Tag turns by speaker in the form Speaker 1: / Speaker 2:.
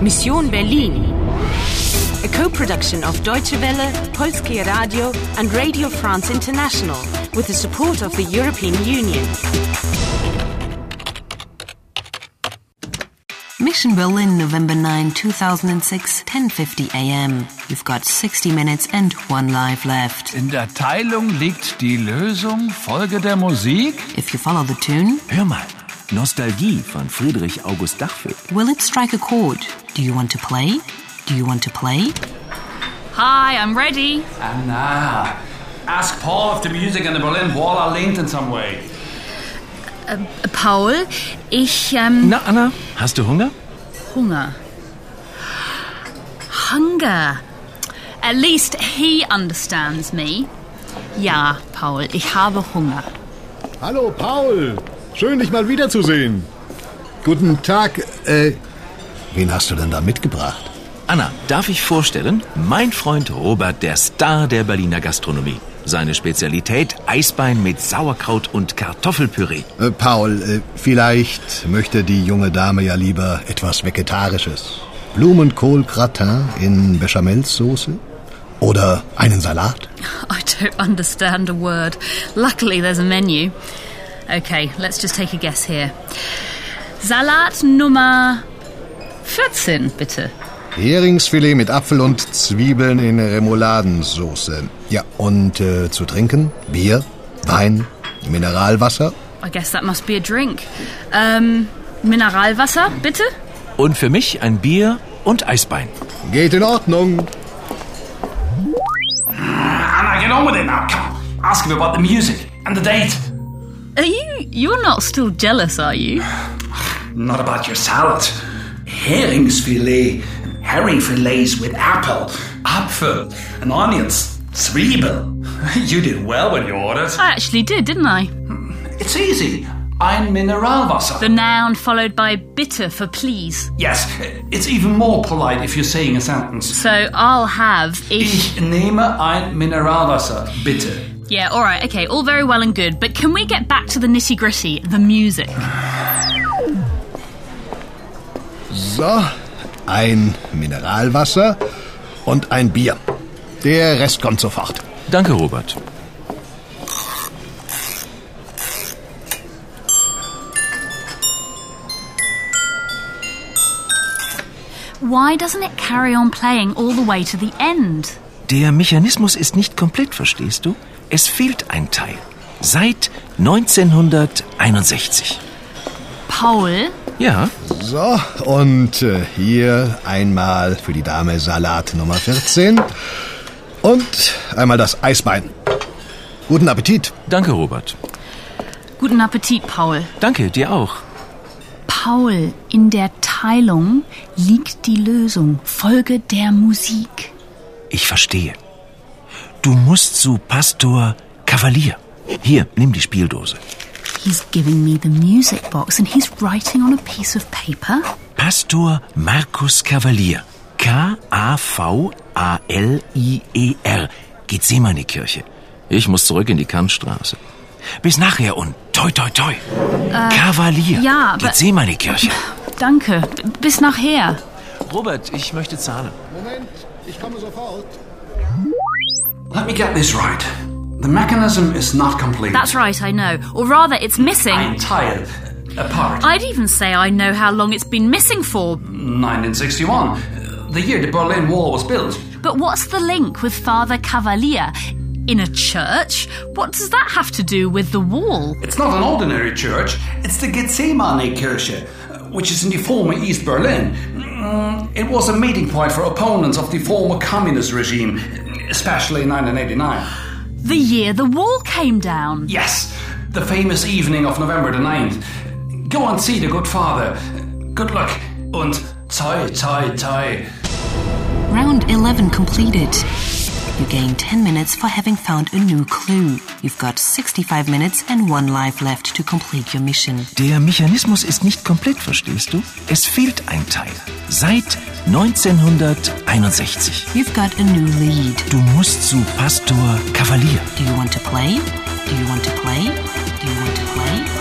Speaker 1: Mission Berlin. A co-production of Deutsche Welle, Polskie Radio and Radio France International with the support of the European Union.
Speaker 2: Mission Berlin, November 9, 2006, 10:50 a.m. You've got 60 minutes and one life left.
Speaker 3: In der Teilung liegt die Lösung. Folge der Musik.
Speaker 2: If you follow the tune,
Speaker 4: Hör mal, Nostalgie von Friedrich August Dachfeld.
Speaker 2: will it strike a chord? Do you want to play? Do you want to play?
Speaker 5: Hi, I'm ready.
Speaker 3: Anna, ask Paul if the music and the Berlin Wall are linked in some way.
Speaker 5: Paul, ich ähm,
Speaker 4: Na, Anna, hast du Hunger?
Speaker 5: Hunger. Hunger. At least he understands me. Ja, Paul, ich habe Hunger.
Speaker 6: Hallo Paul, schön dich mal wiederzusehen.
Speaker 7: Guten Tag, äh, wen hast du denn da mitgebracht?
Speaker 4: Anna, darf ich vorstellen? Mein Freund Robert, der Star der Berliner Gastronomie. Seine Spezialität Eisbein mit Sauerkraut und Kartoffelpüree.
Speaker 7: Äh, Paul, äh, vielleicht möchte die junge Dame ja lieber etwas Vegetarisches. Blumenkohl-Gratin in Bechamelsoße? Oder einen Salat?
Speaker 5: I don't understand a word. Luckily, there's a menu. Okay, let's just take a guess here. Salat Nummer 14, bitte.
Speaker 7: Heringsfilet mit Apfel und Zwiebeln in Remouladensoße. Ja, und äh, zu trinken? Bier, Wein, Mineralwasser?
Speaker 5: I guess that must be a drink. Ähm, Mineralwasser, bitte?
Speaker 4: Und für mich ein Bier und Eisbein.
Speaker 7: Geht in Ordnung.
Speaker 3: Anna, get on with it now. Come on. Ask him about the music and the date.
Speaker 5: Are you you're not still jealous, are you?
Speaker 3: Not about your salad. Heringsfilet. Herring fillets with apple, apfel, and onions. Zwiebel. You did well when you ordered.
Speaker 5: I actually did, didn't I?
Speaker 3: It's easy. Ein Mineralwasser.
Speaker 5: The noun followed by bitter for please.
Speaker 3: Yes, it's even more polite if you're saying a sentence.
Speaker 5: So I'll have ich.
Speaker 3: Ich nehme ein Mineralwasser, bitte.
Speaker 5: Yeah, all right, okay, all very well and good, but can we get back to the nitty gritty, the music?
Speaker 7: So, ein Mineralwasser und ein Bier. Der Rest kommt sofort.
Speaker 4: Danke, Robert.
Speaker 5: Why doesn't it carry on playing all the way to the end?
Speaker 4: Der Mechanismus ist nicht komplett, verstehst du? Es fehlt ein Teil. Seit 1961.
Speaker 5: Paul,
Speaker 4: Ja,
Speaker 7: So, und äh, hier einmal für die Dame Salat Nummer 14 und einmal das Eisbein. Guten Appetit.
Speaker 4: danke, Robert.
Speaker 5: guten Appetit, Paul.
Speaker 4: Danke, dir auch.
Speaker 5: Paul, in der Teilung liegt die Lösung. Folge der Musik.
Speaker 4: Ich verstehe. Du musst zu Pastor Kavalier. Hier, nimm die Spieldose.
Speaker 5: He's giving me the music box and he's writing on a piece of paper.
Speaker 4: Pastor Markus Kavalier. K-A-V-A-L-I-E-R. Geht sie mal in die E Kirche. Ich muss zurück in die Kantstraße. Bis nachher und toi toi toi. Kavalier.
Speaker 5: ja, aber-
Speaker 4: Geht sie mal in die Kirche.
Speaker 5: Danke. B- Bis nachher.
Speaker 4: Robert, ich möchte zahlen.
Speaker 7: Moment, ich komme sofort.
Speaker 3: Let me get this right. The mechanism is not complete.
Speaker 5: That's right, I know. Or rather, it's missing.
Speaker 3: Ein Teil, a part.
Speaker 5: I'd even say I know how long it's been missing for.
Speaker 3: 1961, the year the Berlin Wall was built.
Speaker 5: But what's the link with Father Cavalier? In a church? What does that have to do with the wall?
Speaker 3: It's not an ordinary church, it's the Gethsemane Kirche, which is in the former East Berlin. Mm, It was a meeting point for opponents of the former communist regime, especially in 1989.
Speaker 5: The year the wall came down.
Speaker 3: Yes, the famous evening of November the 9th. Go and see the good father. Good luck and toi toi toi.
Speaker 2: Round 11 completed. You gain 10 minutes for having found a new clue. You've got 65 minutes and one life left to complete your mission.
Speaker 4: Der Mechanismus ist nicht komplett, verstehst du? Es fehlt ein Teil. Seit 1961.
Speaker 2: You've got a new lead.
Speaker 4: Du musst zu Pastor Kavalier.
Speaker 2: Do you want to play? Do you want to play? Do you want to play?